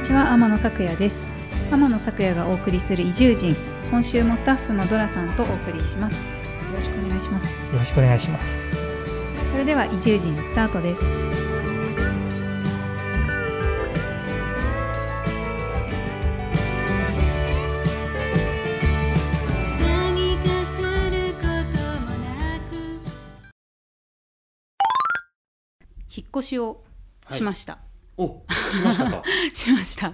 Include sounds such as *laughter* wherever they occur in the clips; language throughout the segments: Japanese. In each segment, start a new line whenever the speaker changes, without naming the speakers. ちは天野咲也です天野咲也がお送りする移住人今週もスタッフのドラさんとお送りしますよろしくお願いします
よろしくお願いします
それでは移住人スタートです
何かすることもなく
引っ越しをしました、
お、しましたか。 *laughs*
しました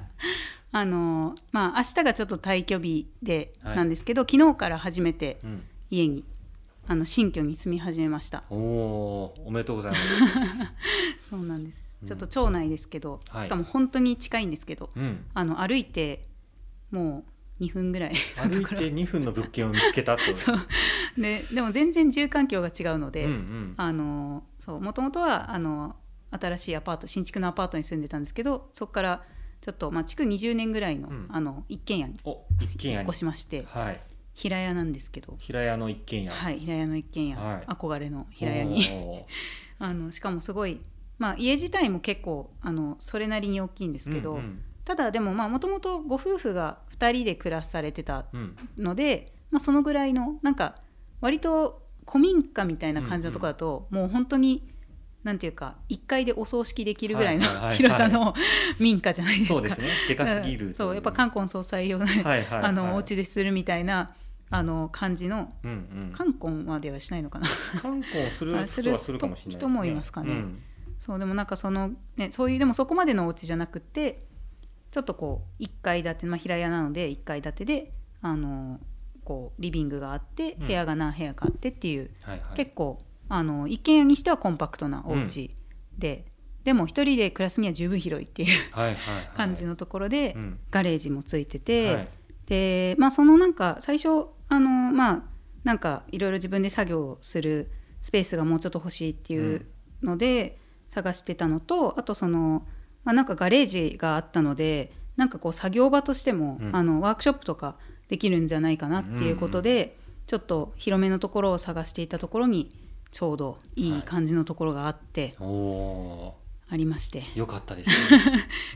あのまあ明日がちょっと退去日で
はい
なんですけど、昨日から初めて
うん、
家にあの新居に住み始めました
おお、おめでとうございます。
*laughs* そうなんです
うん
ちょっと町内ですけど、
はい
しかも本当に近いんですけど
うん、
あの歩いてもう2分ぐらいの
歩
と
い
ころ
て2分の物件を見つけたと。
*laughs* そうででも全然住環境が違うので、
うんうん。
あのそうもともとはあの新しいアパート新築のアパートに住んでたんですけどそこからちょっと、まあ、築20年ぐらいの,、
うん
あの一軒家に
お、一軒
引
家
っ
に
越。しまして
はい。
平屋なんですけど、
平屋の一軒家。
はい、平屋の一軒家、
はい
憧れの平屋に
おー
*laughs* あのしかもすごい、まあ、家自体も結構あのそれなりに大きいんですけど、
うんうん
ただでももともとご夫婦が2人で暮らされてた
うん
の *laughs* で、まあ、そのぐらいのなんか割と古民家みたいな感じのとこだと、もう本当になんていうか1階でお葬式できるぐらいの
はいはいはいはい
広さの民家じゃないですか。
そうですね。でかすぎ
うん
る。
そうやっぱ冠婚葬祭用の、
はいはいは
*laughs*
い
あのお家でするみたいなあの感じの
うんうん。
冠婚まではしないのかな *laughs*
観光する
あする
人はするかもしれないですね。
人もいますかね
うん
そうでもなんかそのねそういうでもそこまでのお家じゃなくてちょっとこう1階建て、まあ、平屋なので1階建てであのこうリビングがあって
うん
部屋が何部屋かあってっていう、
はいはい。
結構あの一軒家にしてはコンパクトなお家で、でも一人で暮らすには十分広いっていう
はいはいはい。
感じのところで、
うん。
ガレージもついてて、
はい
でまあそのなんか最初あのまあなんかいろいろ自分で作業するスペースがもうちょっと欲しいっていうので探してたのと、あとその、まあ、なんかガレージがあったのでなんかこう作業場としても、
うん
あのワークショップとかできるんじゃないかなっていうことで、ちょっと広めのところを探していたところにちょうどいい感じのところがあって、
おお
ありまして
ー、よかったですね。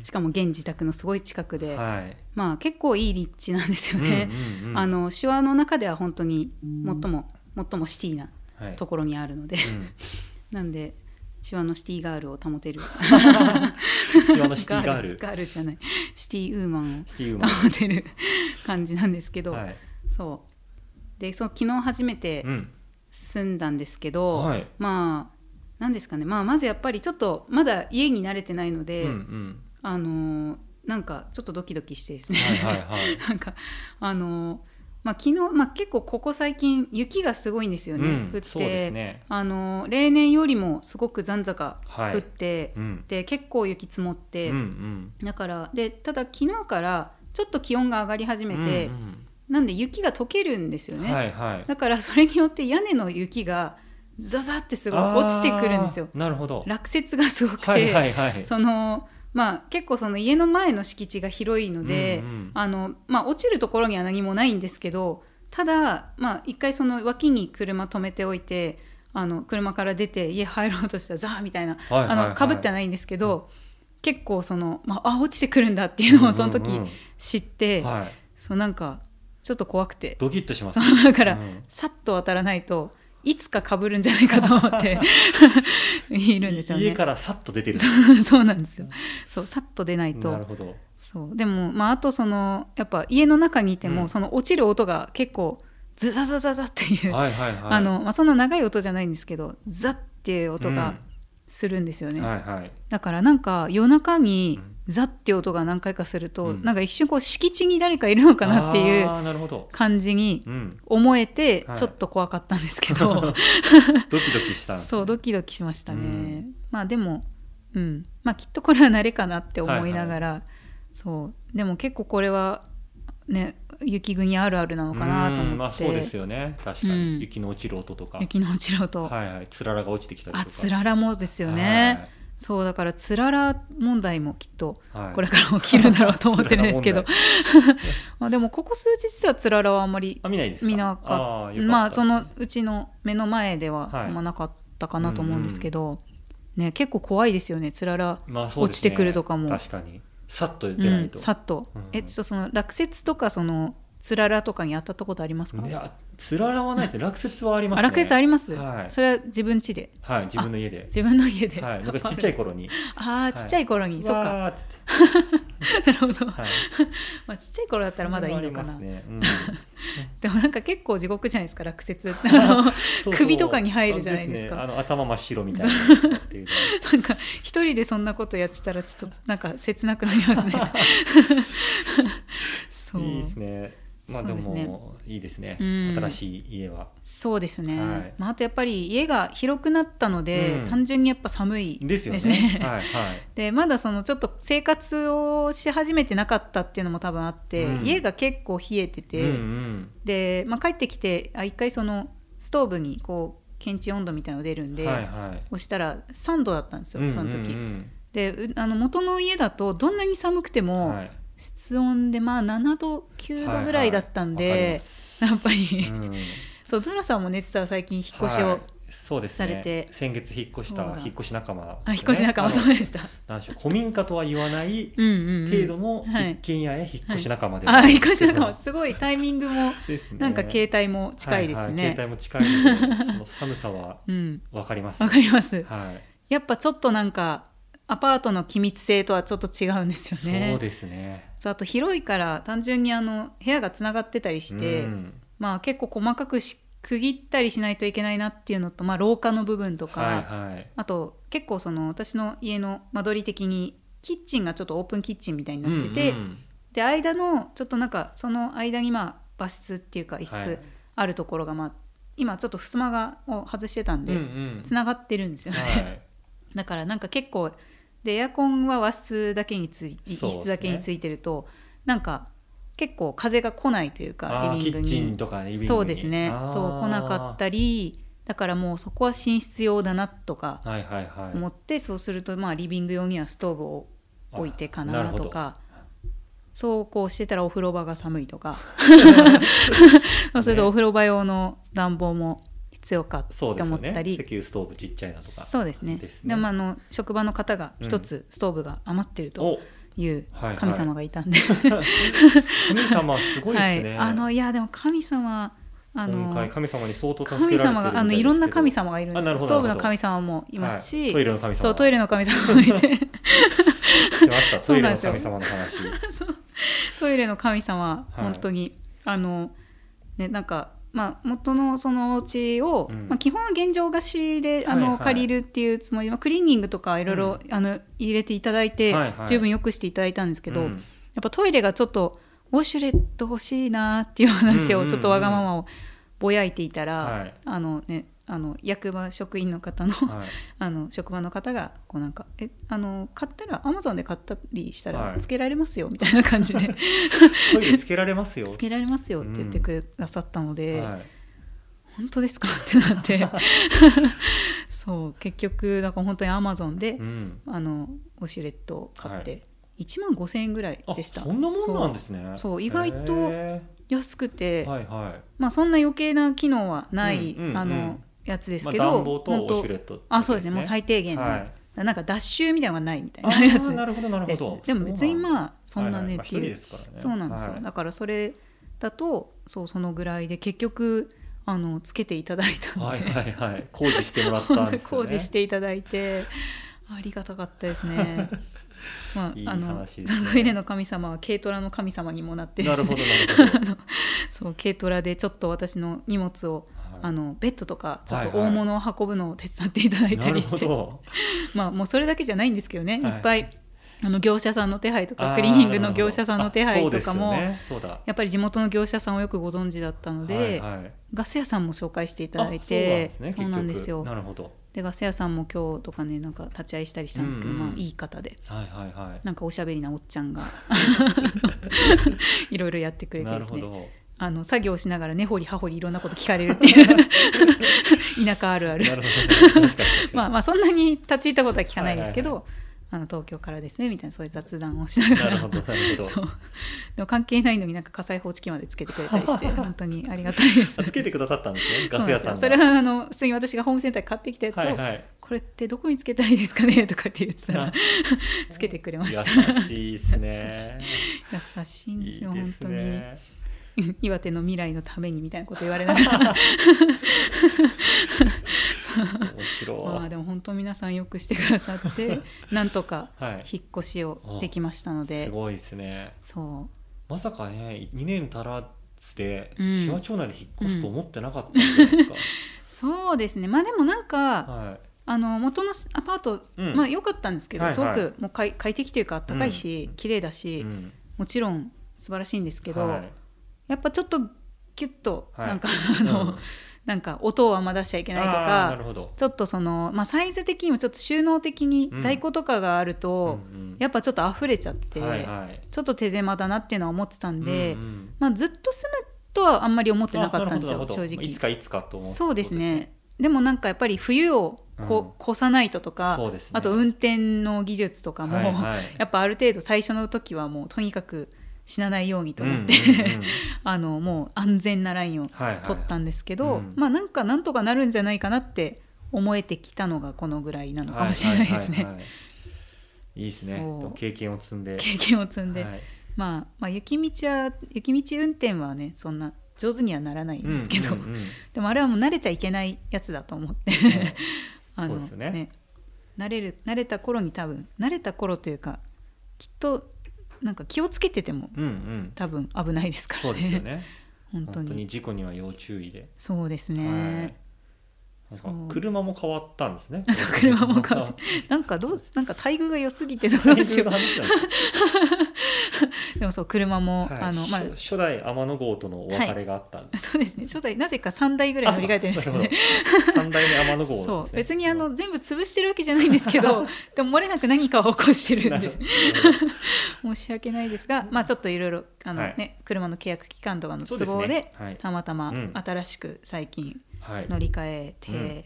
しかも現自宅のすごい近 *laughs* くで、
はい。
まあ結構いい立地なんですよね。
うんうんうん
あ、の手話の中では本当に最も、最もシティな
はい
ところにあるので、
うん
*laughs* なんで手話のシティガールを保てる
シワのシティガー
*laughs*
ル。
ガールじゃないシティウーマン
シティウー
を
マン。
保てる感じなんですけど、
はい。
そうでそう昨日初めて
うん。
住んだんですけど、
はい
まあなんですかね、まあ、まずやっぱりちょっとまだ家に慣れてないので、
うんうん。
あのーなんかちょっとドキドキしてですね、
はいはいはい。
*laughs* なんかあのーまあ昨日、まあ、結構ここ最近雪がすごいんですよね、
うん
降って
そうですね
あのー例年よりもすごく残高
はい
降って、
うん。
で結構雪積もっ
う
て、
んうん。
だからでただ昨日からちょっと気温が上がり始めて、
うん
なんで雪が溶けるんですよ
うん
ね、
はいはい。
だからそれによって屋根の雪がザザってすごい落ちてくるんですよ
あーなるほど。
落雪がすごくて、
はいはいはい。
そのまあ結構その家の前の敷地が広いので、
うんうん
あのまあ落ちるところには何もないんですけどただまあ一回その脇に車止めておいてあの車から出て家入ろうとしたらザーみたいな、
はいはいはい
あのかぶってはないんですけど、結構その、まあ、あ落ちてくるんだっていうのをその時
うんうんうん
知って、
はい。
そうなんかちょっと怖くて
ドキッとします
そ。うだから、
うん
さっと当たらないといつかかぶるんじゃないかと思って
*laughs*
*laughs* いるんですよね。
家からさっと出てる。
そう *laughs* なんですよ。そうさっと出ない
なる
と。
ほど。
そうでもまああとそのやっぱ家の中にいても、
うん
その落ちる音が結構ズザザザザっていう、
はいはいはい。
あのまあそんな長い音じゃないんですけどザっていう音
う
が
ん
するんですよね。
はいはい。
だからなんか夜中に
うん
ザっていう音が何回かすると、
うん
なんか一瞬こう敷地に誰かいるのかなっていう
あーなるほど。
感じに
うん。
思えて
はい
ちょっと怖かったんですけど。
*laughs* ドキドキしたんですね。
そうドキドキしましたね、
うん
まあでもうんまあきっとこれは慣れかなって思いながら、そうでも結構これはね雪国あるあるなのかなと思って、
うんまあそうですよね。確か
うん
に雪の落ちる音とか。
雪の落ちる音、
はいはい。つららが落ちてきたりと
あ
か。
つららもですよね、そうだからつらら問題もきっと
はい。はい
これから起きるんだろうと思ってるんですけど
つらら
*laughs* まあでもここ数日はつららはあんまり
あ見ないですか。
見な
あ
か
ー
っ
よ
た
ですね
まあそのうちの目の前では
はい
あんまなかったかなと思うんですけど、ね結構怖いですよねつらら
まあそうで
落
す
ちてくるとかも
確かに。さっと
う
出ない
ん、
と、
さっと、
うん
えちょっとその落雪とかそのつららとかに当たったことありますか
いやつららはないですね落雪はあります
あ
ね
落雪あります、
はい
それは自分家で
はい自分の家で
自分の家で、
はいなんかちっちゃい頃に
*laughs* ああちっちゃい頃に、そっか
わーっつ
*laughs*
って
なるほど、
はい
まあ、ちっちゃい頃だったらまだいいのかな、
それはあ
*laughs*
りますね
でもなんか結構地獄じゃないですか落
*laughs*
雪って
うん
あの
そうそう
首とかに入るじゃないですか
あの頭真っ白みたいなっていうの
なんか一人でそんなことやってたらちょっとなんか切なくなります
*laughs*
ねそう
いいですねまあ
そ
で
うですね
もいいですね
うん
新しい家は
そうですね、
はい
まあ、あとやっぱり家が広くなったので、
うん
単純にやっぱ寒い
ですよねはいはい
*laughs* でまだそのちょっと生活をし始めてなかったっていうのも多分あって、
うん
家が結構冷えてて、
うんうん
で、まあ、帰ってきてあ一回そのストーブにこう検知温度みたいの出るんで、
はいはい
押したら3度だったんです
うんうんう
よ
ん
その時、でうあの元の家だとどんなに寒くても、
はい
室温でまあ7度9度ぐらいだったんで、
はいはいわかります
やっぱり、 *laughs*
うん
そうドラさんもね実は最近引っ越しを、
はいそうですね
されて
先月引っ越し
そう
た
だ
引っ越し仲間、ね、
あ引っ越し仲間
あの
そうでした
なんでしょう古民家とは言わない
うんうんうん
程度の
はい
一軒家へ引っ越し仲間で、
あ引っ越し仲間すごいタイミングも
ですね
なんか携帯も近いですね、
はいはい携帯も近いのでその寒さは
うん
わかります、
わかります
はい
やっぱちょっとなんかアパートの機密性とはちょっと違うんですよね
そうですね
そうあと広いから単純にあの部屋がつながってたりして、
うん
まあ結構細かくし区切ったりしないといけないなっていうのと、まあ、廊下の部分とか、
はいはい
あと結構その私の家の間取り的にキッチンがちょっとオープンキッチンみたいになってて、
うんうん
で間のちょっとなんかその間にまあバス室っていうか一
はい
室あるところがまあ今ちょっと襖がを外してたん
うんう
で
ん
つながってるんですよね、
はい
*laughs* だからなんか結構でエアコンは和室だけについ一
そうですね
室だけについてるとなんか結構風が来ないというか
あー
リビング
キッチ
に
ンとかリビングに
そうですね
あー
そう来なかったりだからもうそこは寝室用だなとか
はいはいはい
思って、そうするとまあリビング用にはストーブを置いてか
あなる
な
ほど
とかそうこうしてたらお風呂場が寒いと
*laughs*
かまあそれとお風呂場用の暖房も必要かって
そうです
思
よ
っ
ね
たり、
石油ストーブちっちゃいなとか
そうですね
ですね
でもあの職場の方が一つストーブが余ってると
お
いう
はいはい
神様がいたんで、
神様すごい
は
で
い
すね、
あのいやでも神様あ
今回
の
神様に相当助けられてる
神様があのいろんな神様がいるん
あ
です
な
よ
るほ
ス
ど
トーブの
なる
神様もいますし、
はいトイレの神様
そうトイレの神様もい
*laughs*
て
ほど出ました
そ
ト
う
イ
なん
レの
ですよ
神様の話
トイレの神様、
はい
本当にあのねなんかまあ元のそのお家を、
うん
まあ基本は現状貸しであの、
はいはい
借りるっていうつもり、まあ、クリーニングとかいろいろあの入れていただいて、
はいはい
十分よくしていただいたんですけど、
うん
やっぱトイレがちょっとウォシュレット欲しいなっていう話
うんうんう
を
ん
ちょっとわがままをぼやいていたら、
はい
あのねあの役場職員の方の、
はい
*laughs* あの職場の方がこうなんか「えあの買ったらアマゾンで買ったりした
は
ら
い
つけられますよ」みたいな感じで
トイレつけられますよ
つけられますよって言ってくださったので、
はい
本当ですか *laughs* ってなって
*laughs*
そう結局だから本当にアマゾンで、
うん
あのウォシュレットを買って、
は
1万5,000円ぐらい
あ
でした
そんなもんなんですね
そうそう意外と
へ
そう安くて、
ーはいはい
まあ、そんな余計な機能はない、
うんうんうん
あのやつですけ
まあ、
ど、
暖房とウ
本
ォ
当
シュレット、
あそうですねもう最低限の、
は
なんか脱臭みたいなのがないみたい
あ
なやつ
ーなるほどなる
で
ほ
す
ど
でも別にまあそんな
はいはい
ね
まあ
っていう、
一人ですからね
そうなんですよ、
はい
だからそれだとそうそのぐらいで結局あのつけていただいたの
はい
で、
はいはい工事してもらったん
本
です
当
よ
に
ね
工事していただいてありがたかったです
*laughs*
ね。まあ、
いい
あの
話ですね
トイレの神様は軽トラの神様にもなってで
な
す
る
ね *laughs*
ほどなるほど
そう軽トラでちょっと私の荷物を、あ
の
のベッドとかちょっと
はいは
大
い
物を運ぶのを手伝っていただいたりして、
なるほど
*laughs* まあもうそれだけじゃないんですけどね、
はい
い、っぱいあの業者さんの手配と
あ
かクリーニングの業者さんの手配とかも、
あそうですよねそうだ
やっぱり地元の業者さんをよくご存知だったので、
はいはい
ガス屋さんも紹介していただい
あ
て
そうなんですね
そうなんです
結
よ
局なるほど
でガス屋さんも今日とかねなんか立ち会いしたりしたんですけど、
うんうん
まあ、いい方で
はいはいは
なんかおしゃべりなおっちゃ
*laughs*
んがいろいろやってく
い
れて
な
で
る
す
ほ
ね
ど
あの作業しながら根掘り葉掘りいろんなこと聞かれるって
*laughs*
いう田舎あるある *laughs*
なるほど確かに確かに
まあまあそんなに立ち入ったことは聞かないですけど、あの東京からですねみたいなそういう雑談をしなが
な
ら
るほどなるほど
そうでも関係ないのになんか火災報知器までつけてくれたり
*laughs*
して本当にありがたいです
あつけてくださったんですねガス屋さんが
そうなんですよそれはあの普通に私がホームセンターで買ってきたやつを、
はいはい
これってどこにつけたらいいですかねとかって言ってた
あ
らつけてくれました
優しいで
*laughs*
すね
優しいん
いい
で
ですす
よ本
ね
当に岩手の未来のためにみたいなこと言われなが
*laughs*
ら
面白
まあ
い
でも本当皆さんよくしてくださ
*laughs*
ってなんとか
はい、
引っ越しをできましたのです
ごいですね
そう
まさかね2年足らずで
うん
紫波町内に引っ越すと思ってなかったんじゃないですか、
そうですねまあでもなん *laughs* か
はい
あの元のアパート、
うん
まあ良かったんですけど、
はいはい
すごくもう快快適というかあったかいし、
うん
綺麗だし、
うん
もちろん素晴らしいんですけど、
はい
やっぱちょっとキュッと
はい
なんか、
う
あの、
ん
なんか音をあんま出しちゃいけないと
あーな
か
るほど
ちょっとその、まあ、サイズ的にもちょっと収納的に
うん
在庫とかがあると、
うんうん
やっぱちょっと溢れちゃって、
はいはい
ちょっと手狭だなっていうのは思ってたんで、
うんうん
まあ、ずっと住むとはあんまり思ってなかったんです
あな
よ正
るほどなるほど
直。
いつかいつかと思って
そうですねでもなんかやっぱり冬をこ、越さないととか、
そうですね
あと運転の技術とかも、
はいはい
*laughs* やっぱある程度最初の時はもうとにかく死なないようにと思って、
うんうんうん
*laughs* あのもう安全なラインを
はいはい
取ったんですけど、
うん
まあなんかなんとかなるんじゃないかなって思えてきたのがこのぐらいなのかもしれないです
は
ね。
いはいはいはいいいですね
そう
経験を積んで
経験を積んで、
はい
まあ、まあ雪道は雪道運転はねそんな上手にはならないんですけど、
うんうんうん
でもあれはもう慣れちゃいけないやつだと思って、あの
そうですよね
慣れる慣れた頃に多分慣れた頃というかきっとなんか気をつけてても
うんうん
多分危ないですからね
そうですよね
本当
本
に
当に事故には要注意で
そうですね、
はいなん
そ
か
う
車も変わったんですね
*laughs* そう車も変わってなんかどうなんか待遇が良すぎてど
大
うしよ
丈 *laughs* 夫なんですよね
うでもそう車も、
はい
あのまあ
初初代天野号とのお別れがあった *laughs* んで
そうですね初代なぜか3台ぐ
す
らい乗り換えてるんですよね
三代目天野号ですね
そう別にあの全部潰してるわけじゃないんですけどでも漏れなく何かを起こしてるん
な
で
る
す
ほど
申し訳ないですが、まあ、ちょっといろいろあの、ね
はい
車の契約期間とか *laughs* の都
そうです
合で
ねはい
たまたま
うん
新しく最近
はい
乗り換えて、
うん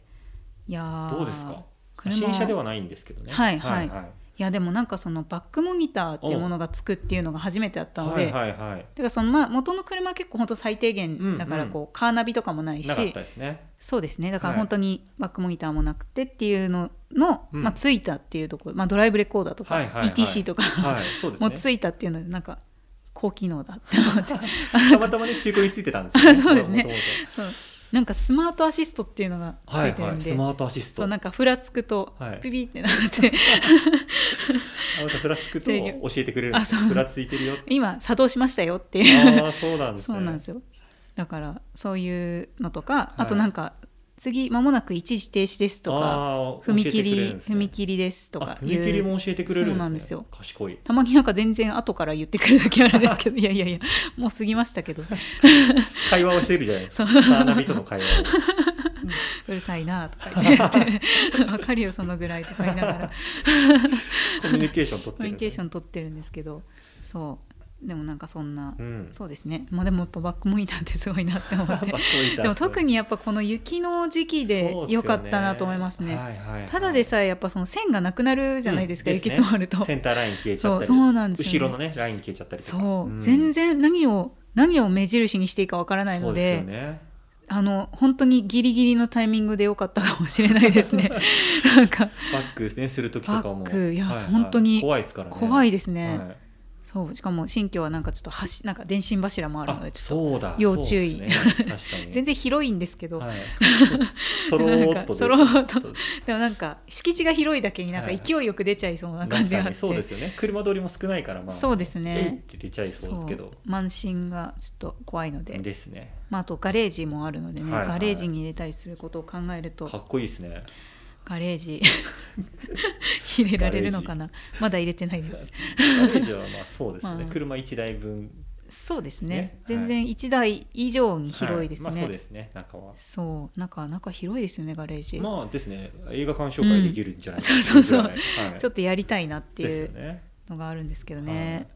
いやー
どうですか
車
新車ではないんですけどね
はいはい
はい
いやでもなんかそのバックモニターっていうものがつくっていうのが初めてだったの
は
で、
いはいはい
てかそのまあ元の車は結構本当最低限だから
うんうん
こう、カーナビとかもないし
なかったで
*laughs*
すね
そうですねだから
はい
本当にバックモニターもなくてっていうのの、
うん
まあ、ついたっていうところ、まあ、ドライブレコーダーとか、
はいはいはい
ETC とか、
はいそうです
も
ね
うついたっていうのでなんか高機能だ
*laughs*
って思って
たまたまね中古についてたんですよね
*laughs* そうですね
元々
そうなんかスマートアシストっていうのがつ
はいい
てる
は
ん
い
で、
スマートアシスト
そう
あ
なんかふらつくと
はい
ピピってなって、
*laughs* なたふらつくと
制
教
御
えてくれるんです
あ
よ
そう
ふらついて
*laughs*
るよって
今作動しましたよっていう
ああそうなんですね
そうなんですよだからそういうのとか、あと
はい
なんか次まもなく一時停止ですとか
あー
踏
教えてくれ
切、
るんですね
踏切ですとか
あ
いう
踏切も教えてくれるんです、ね、
そうなんですよ
賢い
たまになんか全然後から言ってくるだけあれですけ
*laughs*
どいやいやいやもう過ぎましたけど
会話をしてるじゃないですかカ
そう
ーナビとの
*laughs*
会話を
うるさいなとか言って「わかるよそのぐらい」とか言いな
*laughs*
がら
コミュニケーション取
コ
っ
ミ
てる
ュ
ん
ニケ
で
ーシ
す
ョ
ね、
ン取ってるんですけどそうでもなんかそんな、
うん
そうですねまあでもやっぱバックモニターってすごいなって思って
まあこういった
でも特にやっぱこの雪の時期で
そうす
良
よね
かったなと思いますね
はいはいはい
ただでさえやっぱその線がなくなるじゃないですか、
うん
雪積もると、
ですねセンターライン消えちゃった
そう
り
そうなんですよね
後ろのねライン消えちゃったりとか
そう、
ん
全然何を何を目印にしていいかわからないので
そうですよね
あの本当にギリギリのタイミングで良かったかもしれないです
*laughs*
ねなんか
バックねする時とかも
バックいや本当に
怖いですからね
怖い
で
ですね、そうしかも新居はなんかちょっと橋なんか電信柱もあるの
あ
でちょっと
そうだ
要注意
そうですね、確か
*laughs*
に
全然広いんですけど、 *laughs*
はい、そろーっと出て
そろーっとでもなんか敷地が広いだけになんか
はい
勢いよく出ちゃいそうな感じがあっ
確か
て
にそうですよね車通りも少ないからまあ
そうですね
えいって出ちゃいそうですけど
そう満身がちょっと怖いので、
ですね
まあ、あとガレージもあるのでね、
はいはい
ガレージに入れたりすることを考える
か
と
っこいいですね
ガレージ
*laughs*
入れられるのかなまだ入れてないです
ガレージはまあそうです
*laughs*
ね、
まあ
車一台分
そうですね
ね
全然1台以上に広いですね、
はいまあそうですね中は
そうなんか中広いですよねガレージ、
まあですね映画鑑賞会できるんじゃない
うんそうそうそう
はい、
ちょっとやりたいなって
です
い
よ
う
ね
のがあるんですけどね
はい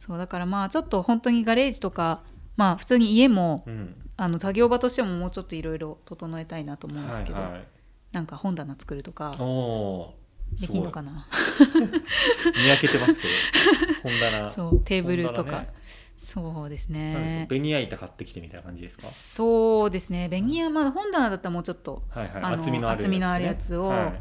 そうだからまあちょっと本当にガレージとかまあ普通に家も、
うん
あの作業場としてももうちょっといろいろ整えたいなと思うんですけど、
はいはい
なんか本棚作るとか
お
できんのかな
見分け
*laughs*
てますけど本棚
そうテーブルと
本棚
か、
ね
そうです
なんですか
ね
ベニヤ板買ってきてみたいな感じですか
そうですねベニヤまだ本棚だったらもうちょっと
はいはい
あの
厚みのある
厚みのあるやつを
はい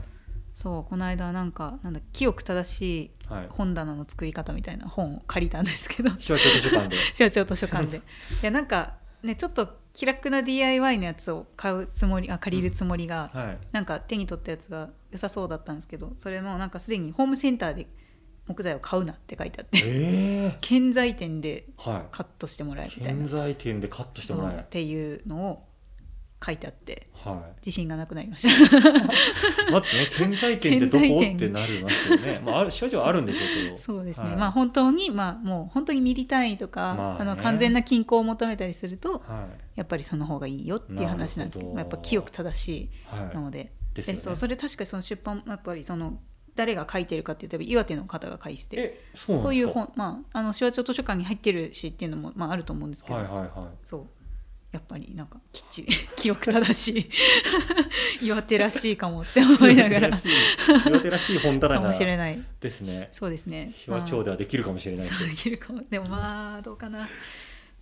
そうこの間なんかなんだ清く正しい
はい、
本棚の作り方みたいな本を借りたんですけど *laughs*
手話図書館で
社長図書館
*laughs*
でいやなんかねちょっと気楽な DIY のやつを買うつもりあ借りるつもりが、
はい
なんか手に取ったやつが良さそうだったんですけどそれもなんかすでにホームセンターで木材を買うなって書いてあって
え
建材店で
ー、は
カットしてもらえ
い
みたい
建
な
材店でカットしてもらえ
そう
な
っ
い
ていうのを書いてあって
は
自信がなくなりました
い、まずね建材店ってど
建
こ
材店
ってなりますよね、まあ、ある諸事はあるんでしょうけど
*laughs* そうですね、
はい
まあ本当にまあもう本当にミリ単位とか、
まあ
あ
ね
の完全な均衡を求めたりすると
は
やっぱりその方がいいよっていう話なんですけど
なるほど
やっぱ清く正し
い
いな
は
ので,、
いですよね
そうそれ確かにその出版やっぱりその誰が書いてるかっていうと岩手の方が書いてて
えそうなん
そうい
です
う
か
本まああの手話帳図書館に入ってるしっていうのも、まあ、あると思うんですけど、
はいはいは
そうやっぱりなんかきっちり *laughs* 記憶正しい *laughs* 岩手らしいかもって思
い
いながら
岩手らしい岩手らしい本
か
棚
も
が
しれない
ですね
そうですね
手話帳
で、
ではできるかもしれ
ま
な
あ
い
そうできるかもでもまあどうかな、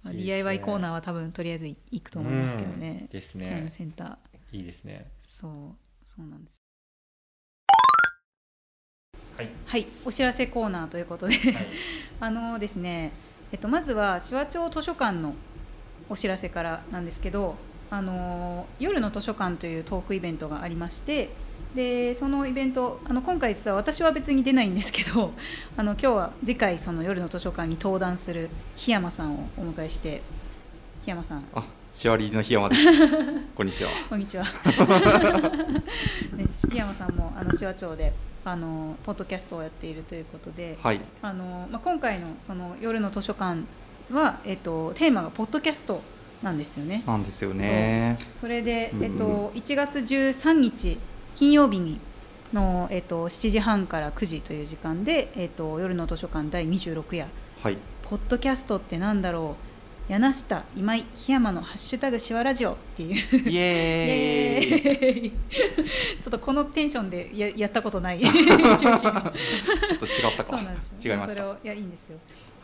まあ、
いいですね
DIY コーナーは多分とりあえず行くと思いますけどね
うんです
ホーム
ね
センター
いいですね
そうそうなんです
はい
はいお知らせコーナーということで、
はい
*laughs* あのですね、えっと、まずは紫波町図書館のお知らせからなんですけど、あの夜の図書館というトークイベントがありましてでそのイベントあの今回実は私は別に出ないんですけど *laughs* あの今日は次回その夜の図書館に登壇する檜山さんをお迎えして檜山さん
あ、シワリの檜山です。 *laughs* こんにちは。
こんにち
*laughs*
は。ね、檜山さんもあの手話町であのポッドキャストをやっているということで、
はい。
あのまあ、今回のその夜の図書館は、えっと、テーマがポッドキャストなんですよね。
なんですよね。
それで、
うん
えっと、1月13日金曜日にの、えっと、7時半から9時という時間で、えっと、夜の図書館第26夜
はい。
ポッドキャストってなんだろう柳下今井檜山のハッシュタグしわラジオっていう
イ
イ
エーイ。
エーイ *laughs* ちょっとこのテンションでややったこと
*laughs*
ない一応しない
ちょっと違った
そ
か。
うなんですよ
違いまし
それ
た。
をいやいいんですよ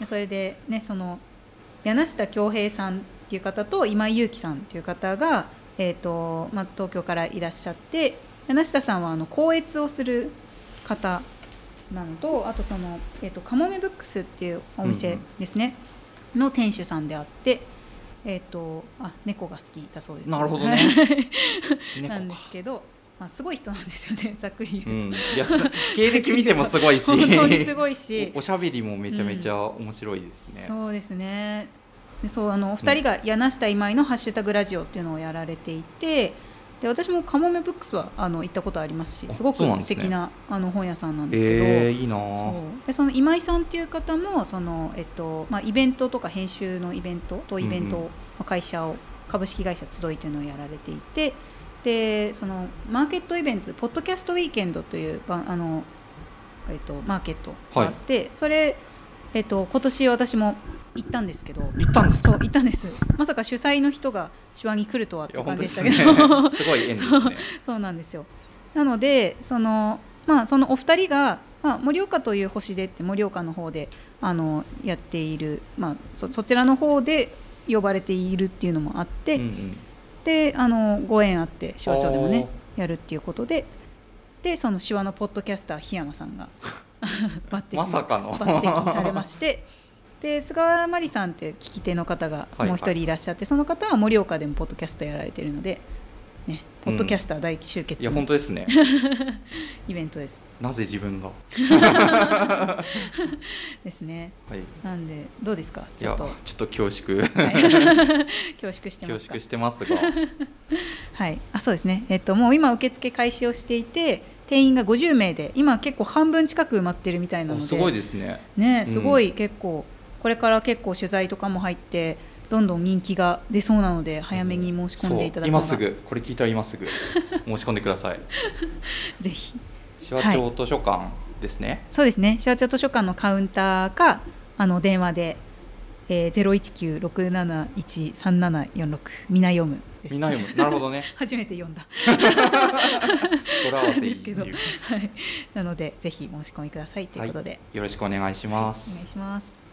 それでねその柳下恭平さんっていう方と今井裕樹さんっていう方が、えーとまあ、東京からいらっしゃって柳下さんはあの講演をする方なのとあとその、えー、とカモメブックスっていうお
うんう
店
ん
ですね、の店主さんであって、えー、とあ猫が好きだそうです
なるほどね
はいなん
猫
で
か。
すけど、まあ、すごい人なんですよ
*laughs*
ねざっくり
う
言うと、
ん。いや、す経歴見てもすごいし。
本当にすごいし
*laughs* おおしゃべりもめちゃめちゃ面白いですね。
そうですねでそうあのお二人が柳下今井の「ハッシュタグラジオ」っていうのをやられていてで私もカモメブックスはあの行ったことありますし
あ
すごく
そうなんで
素
すね
敵なあの本屋さんなんですけど、
ええー、いいな
そ
ー。
うでその今井さんっていう方もその、えっとまあ、イベントとか編集のイベントとイベントを、
うんうん
まあ会社を株式会社集いというのをやられていてでそのマーケットイベントでポッドキャストウィーケンドというばあの、えっと、マーケットがあって、それ、えっと、今年私も行ったんですけど。
行ったんです
そう
か。
行ったんですまさか主催の人が手話に来るとはっ
い
て
や、
感じで
本当で
した
す
け
ね。
ど
す
*laughs*
ごい縁ですね。
そうなんですよなのでその,、まあ、そのお二人が「まあ、盛岡という星で」って盛岡の方であのやっている、まあ、そそちらの方で呼ばれているっていうのもあって、
うんうん。
であのご縁あって手話町でもね
おー
やるっていうことででその手話のポッドキャスター檜山さん
*laughs*
が抜擢
まさかの。
抜擢されましてで菅原麻里さんって聞き手の方が
はい
もう一人いらっしゃって、その方は盛岡でもポッドキャストやられてるので、ね、ポッドキャスター大集結
いや、
の
本当ですね。
イベントです
なぜ自分が。は
ですね
い。い
なんでどうですかちょ
や、
っ
ち
と
ょっと恐縮。
はい *laughs* 恐縮してま
恐
すか
縮してます
*laughs*
が。
はいあそうですねえっともう今受付開始をしていて定員が50名で今結構半分近く埋まってるみたいなの
お
です
ごいですね。
ね
うん
すごい結構、これから結構取材とかも入ってどんどん人気が出そうなので早めに申し込んでいただくのが、
そう今すぐこれ聞いたら今
*laughs*
すぐ申し込んでください
ぜひ
手話町図書館ですね、
そうですね手話町図書館のカウンターかあの電話で、えー、ゼロ一九六七一三七四六みな読むです。
みんな読む。なるほどね。
*laughs* 初めて読んだ。
語呂合わせいい
ですけどはい。なのでぜひ申し込みくださいということで、
よろしくお願いします。
お願いします。